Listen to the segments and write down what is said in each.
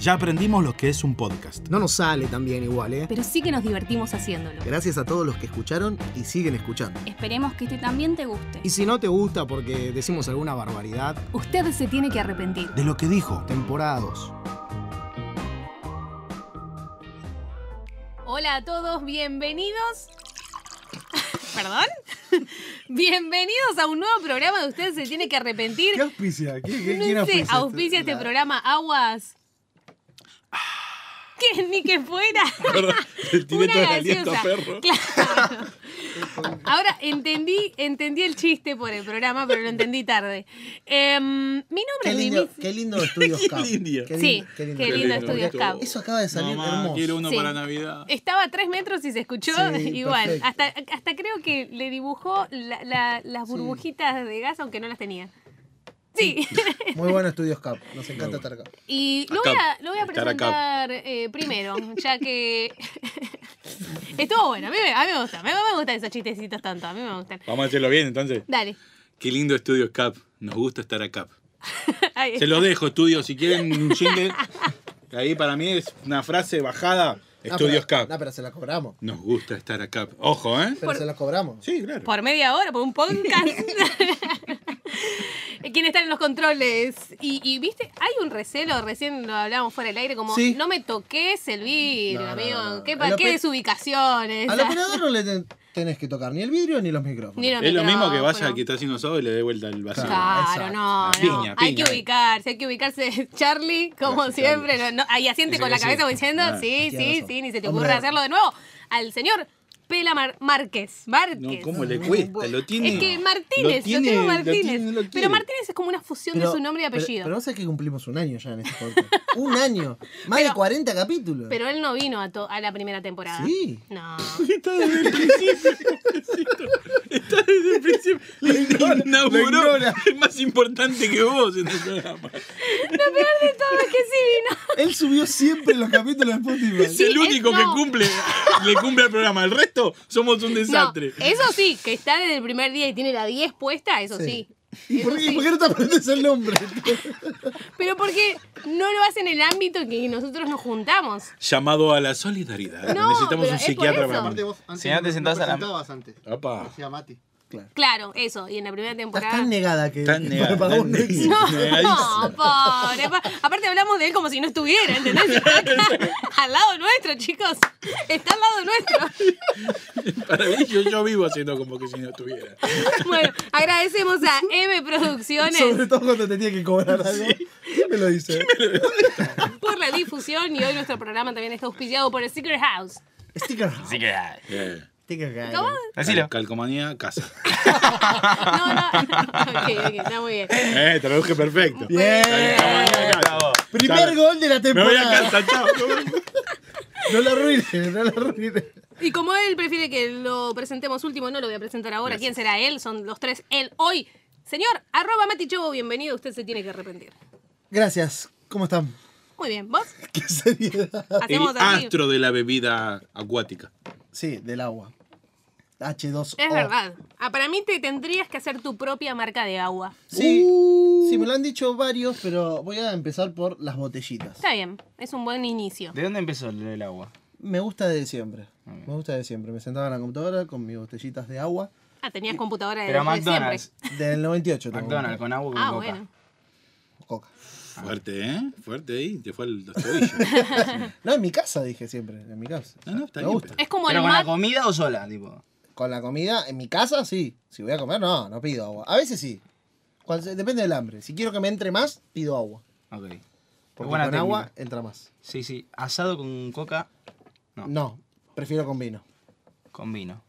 Ya aprendimos lo que es un podcast. No nos sale tan bien igual, ¿eh? pero sí que nos divertimos haciéndolo. Gracias a todos los que escucharon y siguen escuchando. Esperemos que este también te guste. Y si no te gusta porque decimos alguna barbaridad, Usted se tiene que arrepentir. De lo que dijo. temporados. Hola a todos, bienvenidos. ¿Perdón? bienvenidos a un nuevo programa de Usted se tiene que arrepentir. ¿Qué auspicia? ¿Qué, qué, No sé, quién auspicia este- auspicia este la- programa Aguas. Ah. Que ni que fuera. El Una tireto de aliento a gaseosa. perro. Claro. Ahora entendí, entendí el chiste por el programa, pero lo entendí tarde. Em, mi nombre Qué es lindo, Mimi. qué lindo estudios Cap. lindo. Qué Sí, lindo, qué lindo. qué lindo estudios Cabo. Eso acaba de salir Mamá, hermoso. quiero uno Sí. para Navidad. Estaba a tres metros y se escuchó Sí, igual. perfecto. Hasta, hasta creo que le dibujó la- la- las burbujitas de gas, aunque no las tenía. Sí. Muy bueno estudios Cap. Nos encanta estar acá. Y lo voy a, lo voy a Estar acá. presentar eh, primero, ya que. Estuvo bueno, a mí, me- a mí me gusta. A mí me gustan esos chistecitos tanto, a mí me gustan. Vamos a decirlo bien entonces. Dale. Qué lindo estudio Cap. Nos gusta estar acá. Ahí. Se los dejo, estudio. Si quieren un jingle, ahí para mí es una frase bajada. Estudios pero- Cap. No, pero se la cobramos. Nos gusta estar acá. Ojo, ¿eh? Pero se la cobramos. Sí, claro. Por media hora, por un podcast. ¿Quién está en los controles? Y, y, viste, hay un recelo, recién lo hablábamos fuera del aire, como Sí. no me toques el vidrio, No, no, amigo. no, no. ¿Qué, El pa- qué ope- desubicaciones? Al operador no le ten- tenés que tocar ni el vidrio ni los micrófonos. Ni los Es lo mismo que micrófonos. vaya al que está haciendo asado y le dé vuelta el vacío. Claro, Exacto. no, no. Piña, hay piña, que ahí. ubicarse, hay que ubicarse. Charlie, como Gracias, siempre, no- no- ahí asiente Dice con que la sí. cabeza como diciendo, Ah, sí, tiene sí, razón. sí, ni se te Hombre. ocurra hacerlo de nuevo. Al señor Pela Mar- Márquez. No, Márquez. ¿cómo le cuesta? Lo tiene. Es que Martínez, tiene, lo tengo lo Martínez. tiene, lo pero quiere. Martínez es como una fusión de su nombre y apellido. Pero, pero no sé que cumplimos un año ya en este podcast. un año. Más de 40 capítulos. Pero él no vino a, to- a la primera temporada. Sí. No. Está desde el principio. pobrecito. Está desde el principio. Le lo inauguró. ignora. Es más importante que vos en el programa. Lo peor de todo es que sí Él subió siempre los capítulos de Spotify. Es Sí, el único es- que no. cumple. Le cumple al programa. El resto somos un vino. No, desastre. eso sí, que está desde el primer día y tiene la 10 puesta, eso sí. Sí. ¿Y por, qué, y por qué no te aprendes el nombre? Pero porque no lo hace en el ámbito en que nosotros nos juntamos. Llamado a la solidaridad. No, Necesitamos pero un es por psiquiatra eso. para Aparte mandar. vos antes Si no te sentás a la- presentabas antes. Opa. Hacía Mati. Claro, eso. Y en la primera Estás temporada. tan negada que Tan negada, para tan vos no negada. existe. no, negadísimo. no, pobre. Apa- Aparte hablamos de él como si no estuviera, ¿entendés? Está acá, al lado nuestro, chicos. Está al lado nuestro. Para mí, yo, yo vivo haciendo como que si no estuviera. Bueno, agradecemos a M Producciones Sobre todo cuando te tiene que cobrar algo. ¿Quién me lo dice? por la difusión y hoy nuestro programa también está auspiciado por el Secret House. Sticker. Así que, ah, Eh, Sticker. guy. ¿Cómo? decilo. cal- calcomanía, casa. No, no. Ok, ok, está muy bien. Eh, traduje perfecto. Bien. Calcomanía, casa. Bravo. Primer gol de la Me voy a temporada. casa, chao. No lo arruines, no lo arruines. Y como él prefiere que lo presentemos último, no lo voy a presentar ahora. ¿Quién será él? Son los tres él hoy. Señor, arroba Mati Chobo, bienvenido. Usted se tiene que arrepentir. Gracias. ¿Cómo están? Muy bien, ¿vos? Qué seriedad. El Hacemos así. astro de la bebida acuática. Sí, del agua. H2O. Es verdad. Ah, para mí te tendrías que hacer tu propia marca de agua. Sí, sí, me lo han dicho varios, pero voy a empezar por las botellitas. Está bien, es un buen inicio. ¿De dónde empezó el, el Eh, agua? Me gusta de siempre. Me gusta de siempre. Me sentaba en la computadora con mis botellitas de agua. Ah, tenías computadora de, Pero de siempre. McDonald's. Del 98. tengo. McDonald's con agua y con Ah, coca. bueno. Coca. Fuerte, ¿eh? Fuerte ahí, te fue el los tobillos. No, en mi casa dije siempre. En mi casa. No, no, está Me bien, gusta. pero- Es como ¿Pero el con la mate. comida o sola? Tipo. Con la comida, en mi casa sí. Si voy a comer, no, no pido agua. A veces sí. Cuando se- depende del hambre. Si quiero que me entre más, pido agua. Ok. Es Porque buena con técnica. agua entra más. Sí, sí. Asado Eh, con coca, No. No, prefiero con vino. con vino.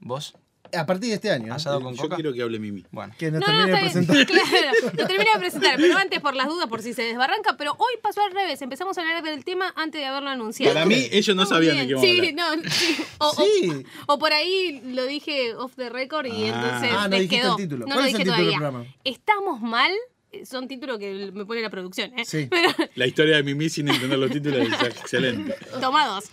¿Vos? A partir de este año. ¿eh? ¿Asado con Yo coca? quiero que hable Mimi. Bueno. Que No, nos no, termine de está presentar. bien. Claro, lo terminé de presentar, pero antes por las dudas, por si se desbarranca, pero hoy pasó al revés. Empezamos a hablar del tema antes de haberlo anunciado. Para mí, ellos no Muy sabían bien. de qué vamos a sí, hablar. no, sí. O, o- Sí. o por ahí lo dije off the record y entonces Ah, no les dijiste el quedó. título. No ¿Cuál lo es el dije título del todavía. programa? Estamos mal. eh, Son títulos que me pone la producción, ¿eh? Sí. Pero, La historia de Mimi sin entender los títulos es excelente. toma dos.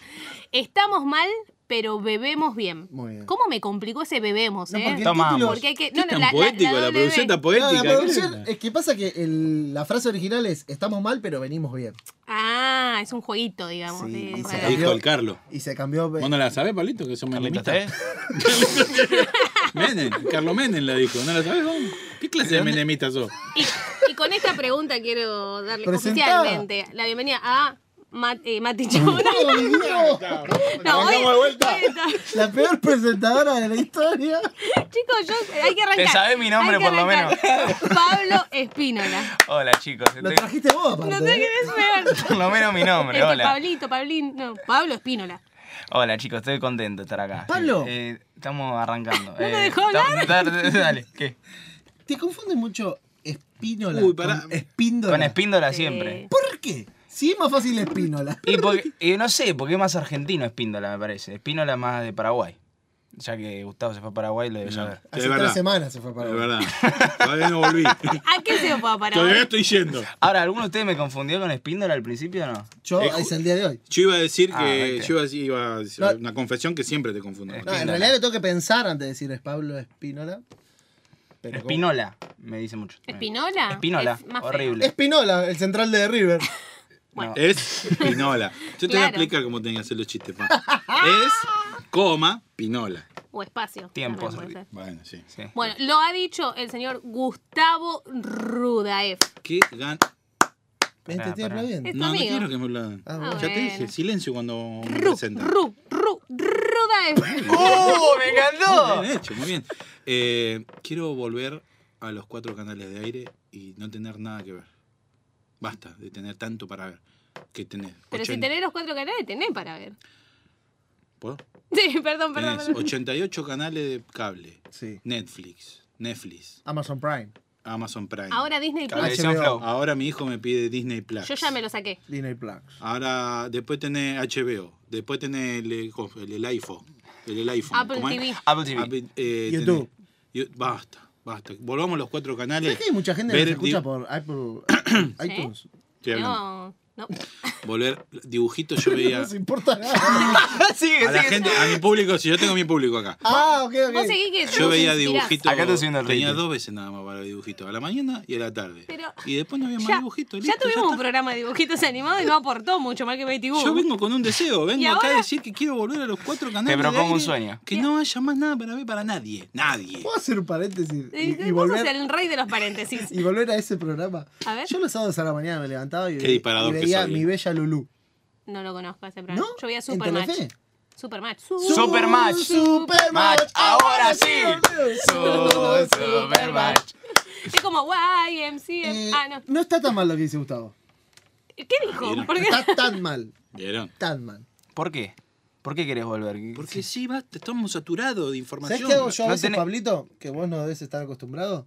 Estamos mal, pero bebemos bien. Muy bien. ¿Cómo me complicó ese bebemos, No, eh? porque el Tomamos. título- Porque hay que. ¿Qué es tan poético? La, W. producción tan No, poética. la ¿qué producción es? es que pasa que el- la frase original es estamos mal pero venimos bien. Ah, es un jueguito, digamos. Sí, de- y se La para- cambió. Dijo el Carlos. Y se cambió. ¿Vos no la sabés, Pablito? Que son ¿Carlito menemistas. T? Menem, Carlos Menem la dijo. ¿No la sabés vos? ¿Qué clase de menemista sos? Y, y con esta pregunta quiero darle Presentada. oficialmente la bienvenida a Mat- eh, Mati Chabón. ¡Ay, Dios! No, hoy- Arrancamos de vuelta. hoy está- La peor presentadora de la historia. Chicos, yo, eh, hay que arrancar. Te sabés mi nombre, Hay que por lo arrancar. Pablo Espínola. Hola chicos, Lo estoy- trajiste vos, aparte. No sé qué ¿eh? es peor. por lo menos mi nombre, Este, hola. Pablito, Pablín, no, Pablo Espínola. Hola chicos, estoy contento de estar acá. Pablo. Eh, estamos arrancando. me dejó ta- hablar. ta- ta- Dale, ¿qué? Te confunde mucho espínola Uy, pará. con espíndola. Con Espíndola Sí. siempre. ¿Por qué? Si es más fácil espínola. Y, porque- y no sé, porque es más argentino Espíndola, me parece. Espíndola es más de Paraguay. Ya que Gustavo se fue a Paraguay, lo debe saber. Es Hace verdad. tres semanas se fue para Es verdad. Todavía no volví. ¿A qué se va para Todavía estoy yendo. Ahora, ¿alguno de ustedes me confundió con Espíndola al principio o no? Yo, Es ju- es el día de hoy. Yo iba a decir Ah, que. viste. Yo iba a decir- iba a decir No. una confesión que siempre te confundo. Eh. No, en Espínola. realidad lo tengo que pensar antes de decir es Pablo Espínola. Pero como- Espinola, me dice mucho. ¿Espinola? Espinola, Es más feo. horrible. Espinola, el central de River. No. Es pinola. Yo te voy a Claro. explicar cómo tenía que hacer los chistes. pa. Es coma pinola. O espacio. Tiempo, también puede sí. ser. Bueno, sí. Sí. Bueno, lo ha dicho el señor Gustavo Rudaev. Qué gan... ¿Me Pará, te estoy pará. aplaudiendo? Es tu No, no amigo. quiero que me lo... Ah, ya bueno. te dije, bueno. silencio cuando me Ru, presentan. Ru, Ru, Rudaev. ¡Uh! ¡Me encantó! Bien hecho, muy bien. Eh, quiero volver a los cuatro canales de aire y no tener nada que ver. Basta de tener tanto para ver. Que tenés. Pero si 80 tenés los cuatro canales, tenés para ver. ¿Puedo? Sí, perdón, perdón. Tenés perdón. 88 canales de cable. Sí. Netflix, Netflix, Amazon Prime. Amazon Amazon Prime. Ahora Disney Plus. Televisión HBO. Flow. Ahora mi hijo me pide Disney Plus. Yo ya me lo saqué. Disney Plus. Ahora, después tenés HBO. Después tenés el, el, el iPhone. El, el iPhone. Apple ¿cómo es? TV. Apple TV. Apple, eh, YouTube. tenés- Yo- basta, basta. Volvamos a los cuatro canales. ¿Sabes que hay mucha gente que Ver se escucha di- por Apple iTunes? Estoy hablando. No, no. Volver dibujitos yo veía. No se importa nada. sigue, A la sigue. gente, a mi público, si yo tengo mi público acá. ah, ok, ok. Vos seguís que Yo nos veía inspirás. dibujitos. Acá estoy subiendo el tenía rating. dos veces nada más para dibujitos. A la mañana y a la tarde. Pero- y después no había más Ya, dibujitos. ya listo, tuvimos un está. programa de dibujitos animados y no aportó mucho más que Betty Boop. Yo vengo con un deseo, vengo acá ahora? a decir que quiero volver a los cuatro canales. Te de propongo un aire, sueño. Que no haya más nada para ver para nadie. Nadie. ¿Puedo hacer un paréntesis? Y, Eh, y vos volver, sos el rey de los paréntesis. y volver a ese programa. A ver. Yo los sábados a la mañana me levantaba y, Qué disparador y que veía soy. eh. mi bella Lulú. No lo conozco ese programa. ¿No? Yo veía ¿En Supermatch. Uh, Telefe? Supermatch. Supermatch. Supermatch. Match, ahora sí. Somos Supermatch. Es como YMCM. Eh, Ah, no. No está tan mal lo que dice Gustavo. ¿Qué dijo? Mira. ¿Por qué? Está tan mal. ¿Vieron? Tan mal. ¿Por qué? ¿Por qué querés volver? Porque sí, basta, estamos saturados de ¿Sabes información. qué hago yo a No veces, tenés- Pablito? Que vos no debes estar acostumbrado.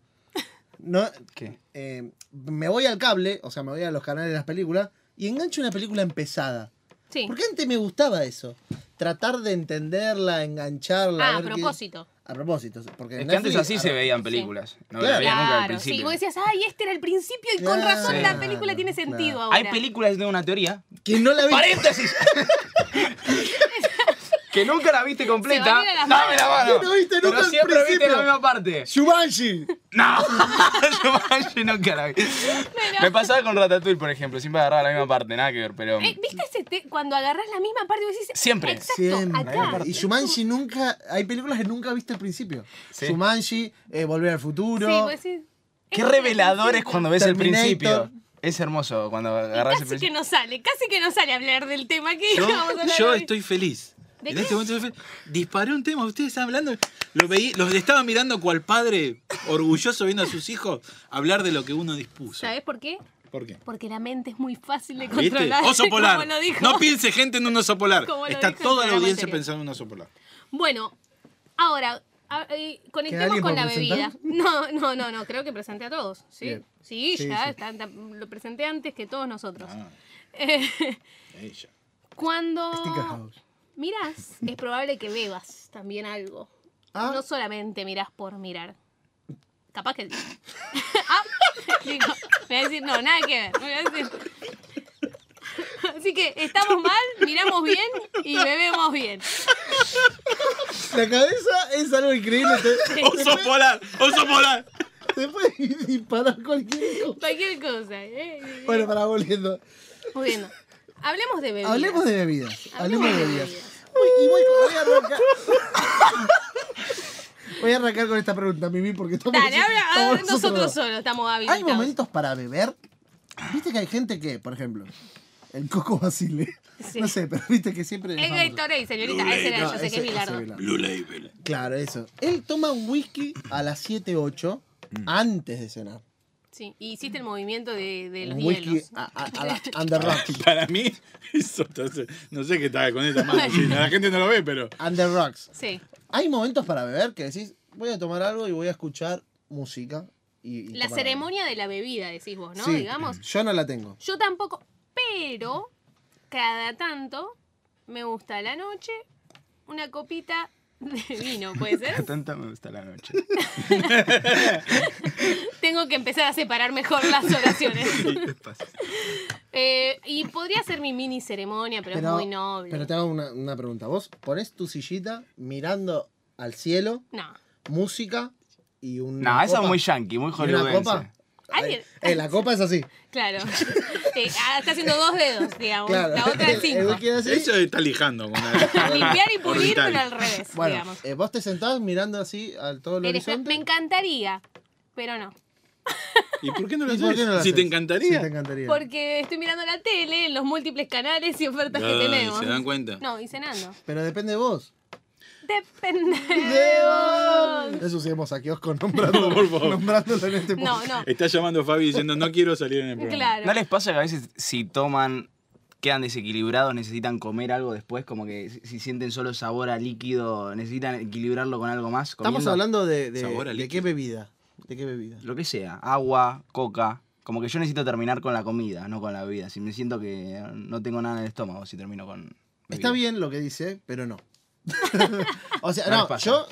No, ¿Qué? eh, me voy al cable, o sea, me voy a los canales de las películas y engancho una película empezada. Sí. Porque antes me gustaba eso. Tratar de entenderla, engancharla. Ah, a ver qué- propósito. A propósito. Porque Es que Netflix- antes así se a- veían películas. No Claro. la veía nunca al Claro, sí. principio. Vos decías, ay, este era el principio y con Claro, razón la sí. película tiene sentido Claro. ahora. Hay películas, de una teoría. Que no la vi. ¡Paréntesis! que nunca la viste Se completa. van a ir a las ¡Dame la mano! Que no viste nunca Pero al siempre viste principio. la misma parte. ¡Shumanji! ¡No! Yo nunca la vi. Me pasaba con Ratatouille, por ejemplo. Siempre agarraba la misma parte. Nada que ver, pero... Eh, ¿Viste ese te- cuando agarras la misma parte y vos decís, Siempre. Exacto, Siempre. acá. Y Shumanji nunca. Hay películas que nunca viste al principio. Sí. Shumanji, eh, Volver al Sí, futuro. vos decís, este Qué era el revelador es principio. cuando ves el Terminator. principio. Es hermoso cuando agarras el Casi que principio. no sale, casi que no sale hablar del tema aquí. Yo, Vamos a hablar yo hoy. estoy feliz. ¿De en qué? este momento estoy feliz. Disparé un tema, ustedes estaban hablando. Los, veí, los estaba mirando cual padre, orgulloso viendo a sus hijos hablar de lo que uno dispuso. ¿Sabés por qué? ¿Por qué? Porque la mente es muy fácil de ¿Viste? controlar. Oso polar. Como lo dijo. No piense gente en un oso polar. Como lo Está dijo el toda la programa audiencia anterior. pensando en un oso polar. Bueno, ahora, a- eh, conectemos alguien con por la bebida. presentar? No, no, no, no, creo que presenté a todos. Sí, Bien. sí, Sí, ya sí. está- está- lo presenté antes que todos nosotros. Ah, Eh, ella. cuando Sticker House. mirás, es probable que bebas también algo. Ah. No solamente mirás por mirar. Capaz que. ah, digo, me voy a decir, no, nada que ver. Me voy a decir. Así que estamos mal, miramos bien y bebemos bien. La cabeza es algo increíble. te- ¡Oso polar! ¡Oso polar! Te puede disparar cualquier cosa. Cualquier cosa. ¿eh? Bueno, para volviendo. Muy bien. Hablemos de bebidas. Hablemos de bebidas. Hablemos de bebidas. Uy, y voy, voy a arrancar. voy a arrancar con esta pregunta, Mimi, porque estamos. Dale, habla- estamos habla nosotros solos, estamos Hay habilitados. momentos para beber. Viste que hay gente que, por ejemplo, el Coco Basile. Sí. No sé, pero viste que siempre. Es famoso. Gatorade, señorita. Ese era, No, yo sé ese- que es ese Bilardo. Bilardo. Blue Label. Claro, eso. Él toma un whisky a las 7, 8 Mm. antes de cenar. Sí, y hiciste el movimiento de, de los un whisky hielos. a, a, a la under rocks. Para mí, eso, entonces, no sé qué estaba con esta mano. sí, la gente no lo ve, pero. Under rocks. Sí. Hay momentos para beber que decís, voy a tomar algo y voy a escuchar música. Y, y La tomar algo. ceremonia de la bebida, decís vos, ¿no? Sí, Digamos. Yo no la tengo. Yo tampoco, pero cada tanto me gusta a la noche una copita de vino, ¿puede ser? Tanta me gusta la noche. Tengo que empezar a separar mejor las oraciones. Eh, y podría ser mi mini ceremonia, pero, es muy noble. pero te hago una, una pregunta. Vos ponés tu sillita mirando al cielo, No. música y un. No, eso es muy yankee, muy ¿Y una hollywoodense. copa? Alguien- Eh, la copa es así. Claro. Eh, ah, está haciendo dos dedos, digamos. Claro. La otra es El- el cinco. whisky es así. Eso está lijando con la- Limpiar y pulir, Orbital. pero al revés, Bueno, digamos. eh, vos te sentás mirando así al todo el El espe- horizonte. me encantaría, pero no. ¿Y por qué no lo ¿Y por haces? qué no lo si te haces? encantaría. Si te encantaría. Porque estoy mirando la tele, en los múltiples canales y ofertas que Ay, tenemos. ¿Se dan cuenta? No, y cenando. Pero depende de vos. Depende. Eso sí, hemos a kiosco nombrándolo, Por favor. nombrándolo en este No, no. Está llamando Fabi diciendo, no quiero salir en el programa. Claro. ¿No les pasa que a veces si toman, quedan desequilibrados, necesitan comer algo después? Como que si- si sienten solo sabor a líquido, necesitan equilibrarlo con algo más. Estamos comiendo hablando de, de, Sabor a de líquido. qué bebida. ¿De qué bebida? Lo que sea, agua, coca. Como que yo necesito terminar con la comida, no con la bebida. Si me siento que no tengo nada en el estómago, si termino con. bebida. Está bien lo que dice, pero no. o sea, No les no, pasa. yo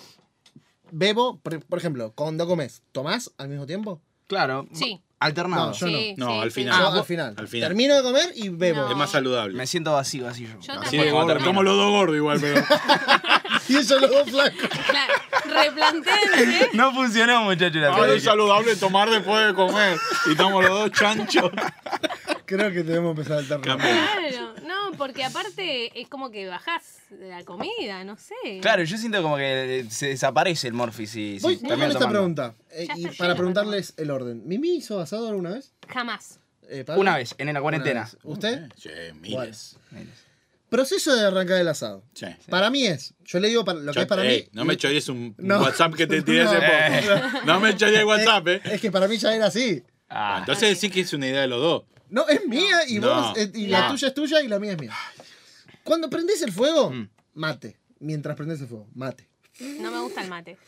bebo, por, por ejemplo, cuando comes, ¿tomás al mismo tiempo? Claro. Sí. Alternado. No, yo- Sí, no. No, sí, al sí. final. Yo Ah, al, vos- final. al final. Termino de comer y bebo. No. Es más saludable. Me siento vacío, vacío. Yo Así tampoco. de gordo. Estamos los dos gordos igual, pero. Y eso lo flaco. Claro. Replanteense. No funcionó, muchachos. la Ahora es estrategia. saludable tomar después de comer. Y estamos los dos chanchos. Creo que debemos empezar a alternar. Cambio. Claro. No, porque aparte es como que bajás de la comida, no sé. Claro, yo siento como que se desaparece el Morphy si, si Voy, voy con termino esta tomando. pregunta. eh, Ya y está para lleno, preguntarles el orden. ¿Mimi hizo asado alguna vez? Jamás. Eh, Pablo. Una vez, en la cuarentena. Una vez. ¿Usted? Sí, miles. Proceso de arrancar el asado. Sí. Para mí es, yo le digo para, lo que Yo- es para Ey, mí. Eh, No me chories un un No. Eh. WhatsApp que te tiré hace No. poco. No me chories el WhatsApp, eh. Es, es que para mí ya era así. Ah, Entonces sí que es una idea de los dos. No, es mía y No. vos, eh, y la No. tuya es tuya y la mía es mía. Cuando prendés el fuego, Mm. mate. Mientras prendés el fuego, mate. No me gusta el mate.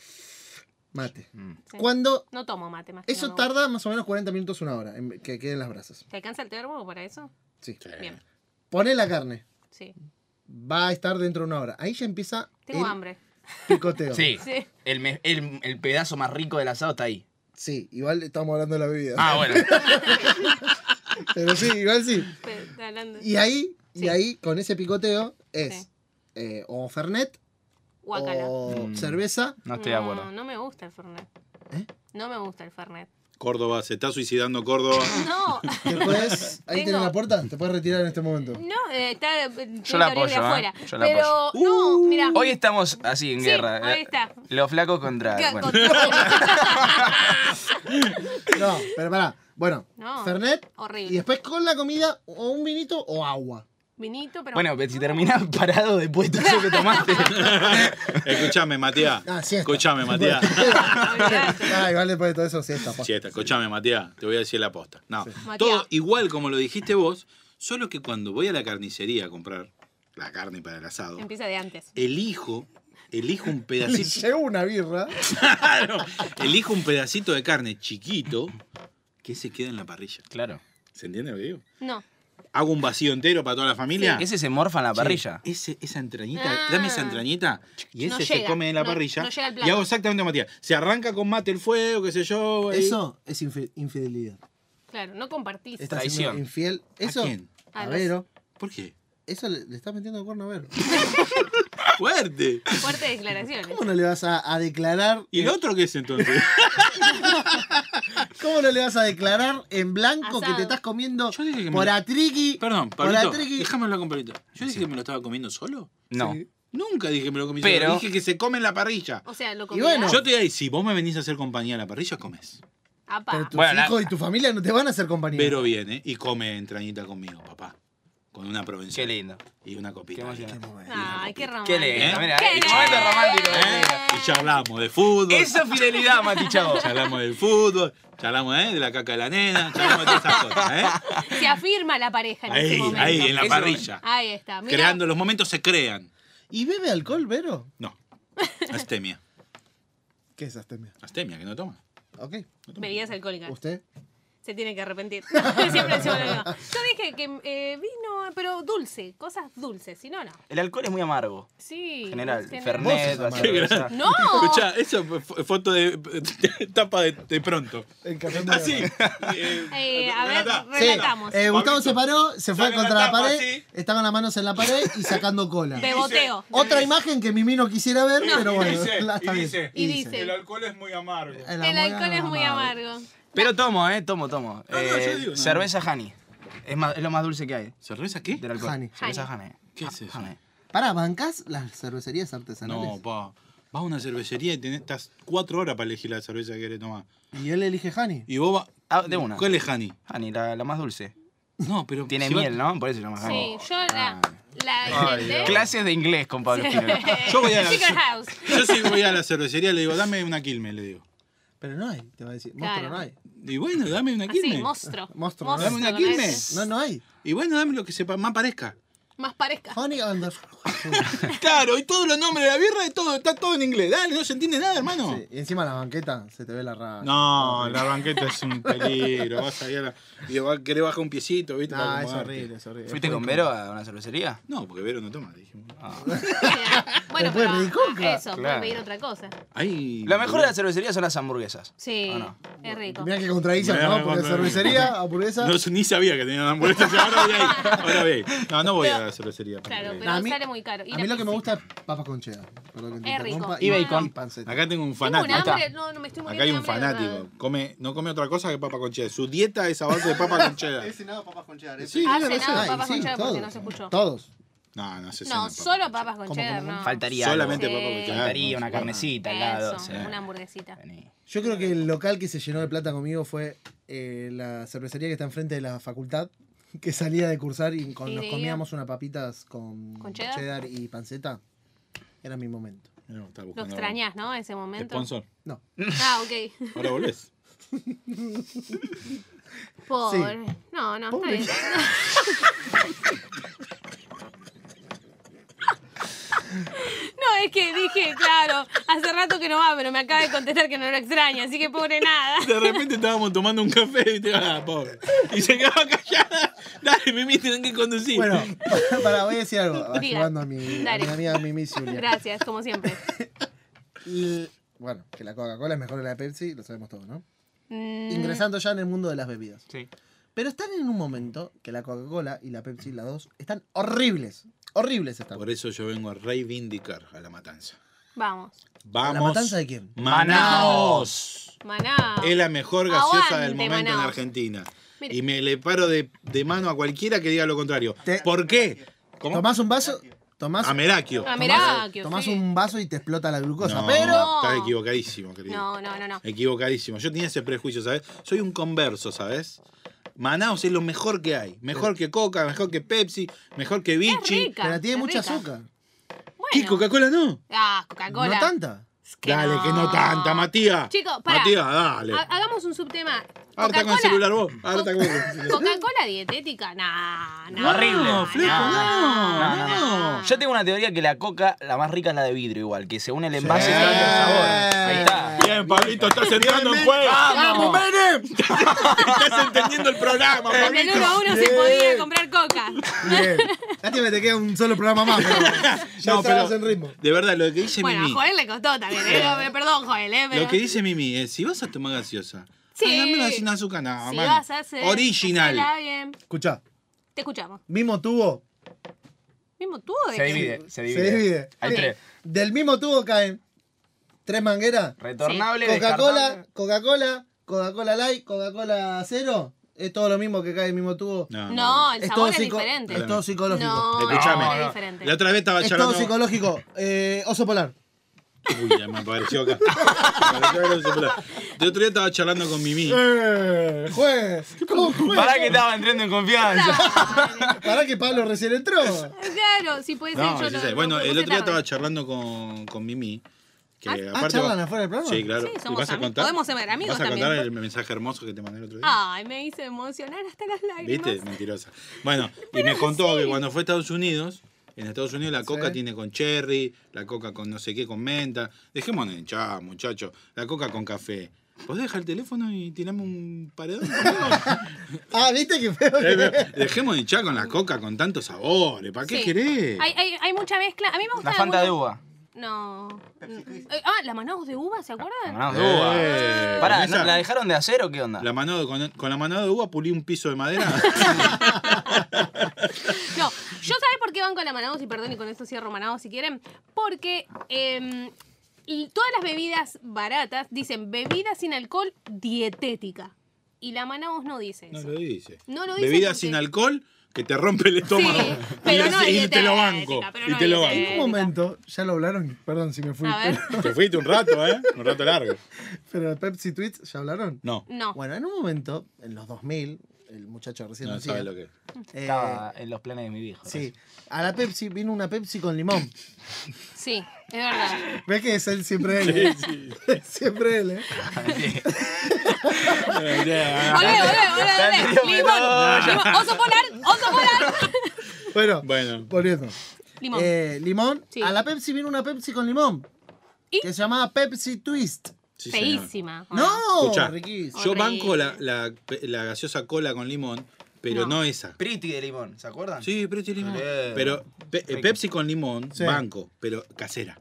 Mate. Mm. Sí. Cuando No tomo mate más. que eso no me gusta. tarda más o menos 40 minutos, una hora, en que queden las brasas. ¿Te alcanza el termo para eso? Sí. Bien. Poné la carne. Sí. Va a estar dentro de una hora. Ahí ya empieza Tengo el hambre. picoteo. sí. Sí. El, me- el- el pedazo más rico del asado está ahí. Sí, igual estamos hablando de la bebida. Ah, bueno. Pero sí, igual sí. Pero, está hablando- Y ahí, Sí. y ahí con ese picoteo es Sí. eh, o Fernet Guácala. o Mm. cerveza. No estoy de No, acuerdo. no me gusta el Fernet. ¿Eh? No me gusta el Fernet. Córdoba, se está suicidando Córdoba. No, Te puedes, ahí Tengo- tenés la puerta, te puedes retirar en este momento. no, eh, está. eh, tiene Yo la que abrir de apoyo, ¿eh? afuera. Yo la Pero, Uh. no, mira. Hoy estamos así en Sí, guerra. eh, hoy está. Los flacos contra. bueno. No, pero pará. Bueno, No, Fernet horrible. y después con la comida o un vinito o agua. Vinito, pero. Bueno, pero si terminás parado después de todo eso que tomaste. Escuchame, Matías. Ah, siesta. Escuchame, Matías. Olvidate. Ah, igual después de todo eso, siesta. pa. Siesta, escuchame, Matías, te voy a decir la posta. No, Matías. todo igual como lo dijiste vos, solo que cuando voy a la carnicería a comprar la carne para el asado, Empieza de antes. elijo, elijo un Le pedacito, llevo una birra. Claro, elijo un pedacito de carne chiquito que se queda en la parrilla. claro. ¿Se entiende lo que digo? No. Hago un vacío entero para toda la familia. Ese se morfa en la parrilla. Ese- esa entrañita, Ah. dame esa entrañita y No ese se llega, come en la no- parrilla. no llega al plato. y hago exactamente como Matías. Se arranca con mate el fuego, qué sé yo. ahí. Eso es infi- infidelidad. Claro, no compartís. Estás siendo Traición. infiel. Eso. quién? A A los- Vero, ¿Por qué? Eso le, le estás metiendo el cuerno a ver. ¡Fuerte! Fuertes declaraciones. ¿Cómo no le vas a, a declarar? ¿Y el otro qué es entonces? ¿Cómo no le vas a declarar en blanco Asado. que te estás comiendo Yo dije que me- por atriqui? Perdón, por Pablito, atriqui? déjame hablar con Pablito. ¿Yo dije que me lo estaba comiendo solo? No. Nunca dije que me lo comí Pero- solo. Dije que se come en la parrilla. O sea, lo Y comía. bueno, Yo te digo, si vos me venís a hacer compañía a la parrilla, comes. Apa. Pero tus Bueno, la- hijos y tu familia no te van a hacer compañía. Pero viene y come entrañita conmigo, papá. Con una Qué provención lindo. y una Qué copita. emocionante. ¿Eh? Ay, qué romántico. Qué lindo. ¿Eh? Mira, Qué el momento lindo. romántico. ¿Eh? Y charlamos de fútbol. Eso es fidelidad, Mati Chavo. Charlamos del fútbol, charlamos ¿eh? de la caca de la nena, charlamos de todas esas cosas. ¿eh? Se afirma la pareja en ese Ahí, momento. ahí, en la Eso- parrilla. Ahí está. Mira, Creando, los momentos se crean. ¿Y bebe alcohol, Vero? No, astemia. ¿Qué es astemia? Astemia, que no toma. Ok. bebidas alcohólicas. ¿Usted? Se tiene que arrepentir. Siempre decimos lo mismo. Yo dije que eh, vino, pero dulce, cosas dulces, si no, no. El alcohol es muy amargo. Sí. En general. tiene- Fernet, Vos sos vaso de amargo. cerveza. No. Escuchá, esa fue fo- foto de, de- tapa de, de pronto. El café Así. María. Eh, Eh, a ver, relatá. Sí. relatamos. Eh, Gustavo Pablito, se paró, se fue saca contra la la, tapa, pared, sí. está con las manos en la pared y sacando cola. Beboteo. Otra imagen que Mimi no quisiera ver, No. pero bueno, dice, la está y bien. "Oh, dice, Y dice, El alcohol es muy amargo. Eh, El el alcohol es muy amargo. Pero tomo, eh, tomo, tomo. Ah, no, yo Eh, digo, no. cerveza Hani. Es, más- es lo más dulce que hay ¿Cerveza qué? del alcohol. Hani. Cerveza Hani. ¿Qué es eso? Hani. Pará, ¿bancás las cervecerías No, artesanales? pa. Vas a una cervecería y tenés, estás cuatro horas para elegir la cerveza que querés tomar. y él elige Hani. Y vos vas. Ah, de una. ¿Cuál es Hani? Hani, la, la más dulce. No, pero. Tiene si va- miel, ¿no? Por eso es la más Sí, Hani. yo la. la Ah, Ay, Dios. Clases de inglés con Pablo Espinola. Yo voy a la- Secret House. Yo sí voy a la cervecería le digo, dame una quilme, le digo. Pero no hay, te va a decir. Claro. Monstruo no hay. Y bueno, dame una Así, quilme. monstruo. Monstruo, ¿eh? ¿no? Dame una con quilme. ese. No, no hay. Y bueno, dame lo que sepa, más parezca. Más parezca. Honey and the... Claro, y todos los nombres de la birra, y todo, está todo en inglés. Dale, no se entiende nada, hermano. Sí, Y encima la banqueta se te ve la raya. No, la banqueta es un peligro. Vas ahí a la. Y va- querés bajar un piecito, ¿viste? No, Para es acomodarte. horrible, es horrible. ¿Fuiste Es con muy Vero a una cervecería? No, porque Vero no toma, le Ah, dijimos. Bueno, Pero puede pero pedir coca. eso, puede Claro. pedir otra cosa. Ahí. Lo mejor de la cervecería son las hamburguesas. Sí, Ah, no. es rico. Mira que contradicción, Mirá, ¿no? me Porque contra- cervecería, hamburguesa. No, yo ni sabía que tenían hamburguesas. Ahora voy ahí. Ahora voy ahí. No, no voy a la cervecería. Claro, porque- pero eh, A mí- sale muy caro. Y A la mí lo que me pizza. gusta es papas con cheddar. Perdón que te Es rico. interrumpa. Y bacon. panceta. Acá tengo Tengo un un fanático. hambre, no, no me estoy Acá muriendo hay de un hambre, de fanático. Come, no come otra cosa que papa con cheddar. Su dieta es a base de papa con cheddar. He cenado papas con cheddar. ¿eh? Sí, Ah, yo lo cenado. sé. Ay, papas con cheddar porque todos. no se escuchó. Todos. No, no sé. verdad. No, solo papas con cheddar, no. Faltaría. algo. Solamente Sí. papa con cheddar. Faltaría no, una sí. carnecita al lado. Eso, o sea. una hamburguesita. Vení. Yo creo que el local que se llenó de plata conmigo fue eh, la cervecería que está enfrente de la facultad, que salía de cursar y con- Y nos de comíamos unas papitas con, ¿Con cheddar? y panceta. Era mi momento. No, estaba Lo buscando extrañás, ¿no? Ese momento. Sponsor. No. Ah, ok. Ahora volvés. Pobre. No, no, está bien. No, es que dije, claro, hace rato que no va, pero me acaba de contestar que no lo extraña, así que pobre nada. De repente estábamos tomando un café y te ah, pobre. Y se quedaba callada. Dale, Mimi, tenés que conducir. Bueno, para, voy a decir algo, Diga. ayudando a mi, a Dale. mi amiga Mimi Zulia. Gracias, como siempre. L- Bueno, que la Coca-Cola es mejor que la Pepsi, lo sabemos todos, ¿no? Mm, Ingresando ya en el mundo de las bebidas. Sí. Pero están en un momento que la Coca-Cola y la Pepsi, las dos, están horribles. Horribles están. Por eso yo vengo a reivindicar a la matanza. Vamos. Vamos. ¿La matanza de quién? Manaos. Maná. Es la mejor gaseosa Aguante, del momento en Manaos. Argentina. Mire. Y me le paro de, de mano a cualquiera que diga lo contrario. Te- ¿Por qué? ¿Cómo? Tomás un vaso, tomás, A Merakio. Ah, No, mirá, que tomás sí. un vaso y te explota la glucosa, no, pero Estás equivocadísimo, querido. No, no, no, no. Equivocadísimo. Yo tenía ese prejuicio, ¿sabes? Soy un converso, ¿sabes? Manaus es lo mejor que hay. Mejor que Coca, mejor que Pepsi, mejor que Es Vichy. rica. pero tiene es mucha rica. azúcar. ¿Qué? Bueno. ¿Coca-Cola no? Ah, Coca-Cola. No tanta. Es dale, que no tanta, Matías. Chicos, pará. Matías, dale. Ha- Hagamos un subtema. Harta con el Coca-Cola- celular vos. Harta con el celular. Coca-Cola dietética, nah, nah. Horrible. nah, flaco, no, nah, no. nah. Yo tengo una teoría que la coca, la más rica es la de vidrio igual, que según el envase Sí. se cambia el sabor. Ahí está. Bien, Pablito, estás entrando en juego. ¡Vamos, Estás entendiendo el programa, En el Pablito. 1 a 1 se podía comprar coca. Bien. Lástima que te queda un solo programa más. pero ya No, pero estabas en ritmo. de verdad, lo que dice Bueno, a Mimi. Joel le costó también. ¿eh? Perdón, Joel, ¿eh? Pero... Lo que dice Mimi es, si vas a tomar gaseosa, ah, Sí. dámela sin azúcar, no, si mano. vas a hacer. Original. hacela bien. Escuchá, Te escuchamos. Mimo tuvo Mismo tubo de Se que- divide, se divide. Se divide. Hay Bien. tres. Del mismo tubo caen tres mangueras. Retornable, Coca-Cola, descartable. Coca-Cola, Coca-Cola Light, Coca-Cola Cero. Es todo lo mismo que cae del mismo tubo. No, el es sabor todo es psico- diferente. Es todo psicológico. No, Escuchame. no, es No, no. diferente. La otra vez estaba Es todo charlando. psicológico. Eh, oso polar. Uy, ya me apareció acá. Me apareció acá el celular. El otro día estaba charlando con Mimi. Eh, juez. ¿Cómo juez? Pará que estaba entrando en confianza. Pará que Pablo recién entró. Claro, sí puede ser. No, yo sí no- sé. no Bueno, el puse otro día tarde. estaba charlando con, con Mimi. Que Ah, aparte charlan vos- afuera del programa. Sí, claro. Sí, ¿Y somos vas a amigos. contar, Podemos ser amigos ¿Vas a contar también. el mensaje hermoso que te mandé el otro día? Ay, me hice emocionar hasta las lágrimas. ¿Viste? Mentirosa. Bueno, y me contó que cuando fue a Estados Unidos, en Estados Unidos la coca tiene con cherry, la coca con no sé qué, con menta. Dejémonos de hinchar, muchachos. La coca con café. ¿Podés dejar el teléfono y tirame un paredón? Ah, ¿viste que feo? Dejemos de hinchar con la coca con tantos sabores. ¿Para qué Sí. querés? Hay, hay, hay mucha mezcla. A mí me gusta. La fanta de mucho- uva. No. Eh, Ah, la manados de uva, ¿se acuerdan? La de uva. Eh, Pará, con esa- ¿no- ¿la dejaron de hacer o qué onda? la mano, con, con la mano de uva pulí un piso de madera. No, yo sabés por qué van con la Manados y perdón, y con esto cierro Manados si quieren, porque em, y todas las bebidas baratas dicen bebida sin alcohol dietética. Y la Manados no dice No eso. lo dice. No lo dice Bebida porque- sin alcohol que te rompe el estómago. pero y no así- y te dietética, lo banco. pero Y no te lo dietética. banco. En un momento, ya lo hablaron, perdón si me fui. A ver. Te fuiste un rato, ¿eh? Un rato largo. Pero Pepsi Tweets ya hablaron. No, No. Bueno, en un momento, en los 2000, el muchacho recién no nacía, sabes lo que es. eh, Estaba en los planes de mi viejo. Sí, a la Pepsi vino una Pepsi con limón. Sí, es verdad. ¿Ves que es él siempre él? eh? siempre él, ¿eh? Olé, olé, olé, olé. Está en Limón. limón. Oso polar, oso polar. Bueno, Bueno. volviendo. Limón. Eh, limón. Sí. A la Pepsi vino una Pepsi con limón. ¿Y? Ah. Que se llamaba Pepsi Twist. Sí, señor. Feísima. ¿o ¡No! Escuchá, riquísimo. yo banco la, la, la gaseosa cola con limón, pero no, esa. Pretty de limón, ¿se acuerdan? Sí, Pepsi limón. Olé. Pero pe- eh, Pepsi con limón, Sí. banco, pero casera.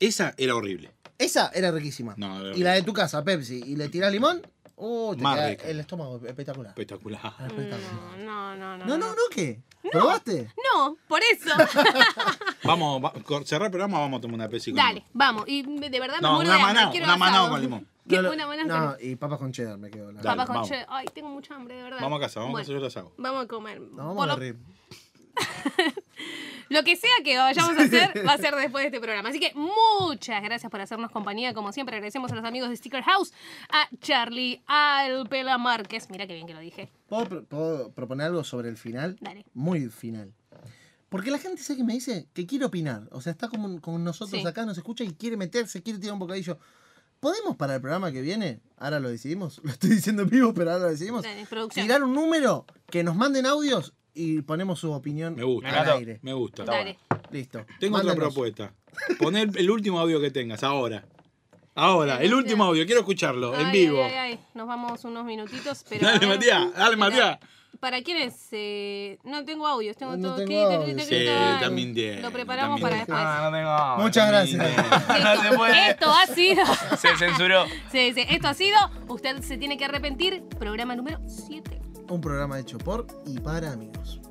Esa era horrible. Esa era riquísima. No, era y la de tu casa, Pepsi. Y le tirás limón. Uh, te Más queda rica. el estómago espectacular. Espectacular. Espectacular. No, no, no. No, no, no, ¿qué? ¿Probaste? No, por eso. Vamos, va- cor- cerrar el programa, vamos a tomar una Pepsi con Dale, limón. vamos. Y de verdad me No, muero una de hambre. maná, Quiero una maná asado. con limón. ¿Qué? No, lo- una maná con no, y papas con cheddar me quedó. la- Dale, Papas con vamos. che- Ay, tengo mucha hambre, de verdad. Vamos a casa, vamos Bueno, a hacer los asado. Vamos a comer. Nos vamos Por a lo, reír. lo que sea que vayamos a hacer va a ser después de este programa. Así que muchas gracias por hacernos compañía. Como siempre, agradecemos a los amigos de Sticker House, a Charlie, al Pela Márquez. Mira qué bien que lo dije. ¿Puedo, pro- puedo proponer algo sobre el final? Dale. Muy final. Porque la gente sabe que me dice que quiere opinar. O sea, está como con nosotros Sí. acá, nos escucha y quiere meterse, quiere tirar un bocadillo. ¿Podemos para el programa que viene? Ahora lo decidimos. Lo estoy diciendo en vivo, pero ahora lo decidimos. Dale, producción. Tirar un número, que nos manden audios y ponemos su opinión Me gusta. al Me encantó. aire. Me gusta. Dale. Listo. Tengo otra Mándenos. propuesta. Poner el último audio que tengas, ahora. Ahora, el último audio, quiero escucharlo, en Ay, vivo. ay, ay, ay. Nos vamos unos minutitos. Pero Dale, a ver. Matías, dale, Matías. ¿Para quién es? Eh, no tengo audios, tengo No todo. tengo escrito, audios. escrito, Sí, escrito. Ay, también tiene, Lo preparamos también para Ah, no tengo hambre. Muchas gracias. después. No se puede. Esto ha sido. Se censuró. Sí, sí, esto ha sido Usted se tiene que arrepentir, programa número 7. eh, Un programa hecho por y para amigos.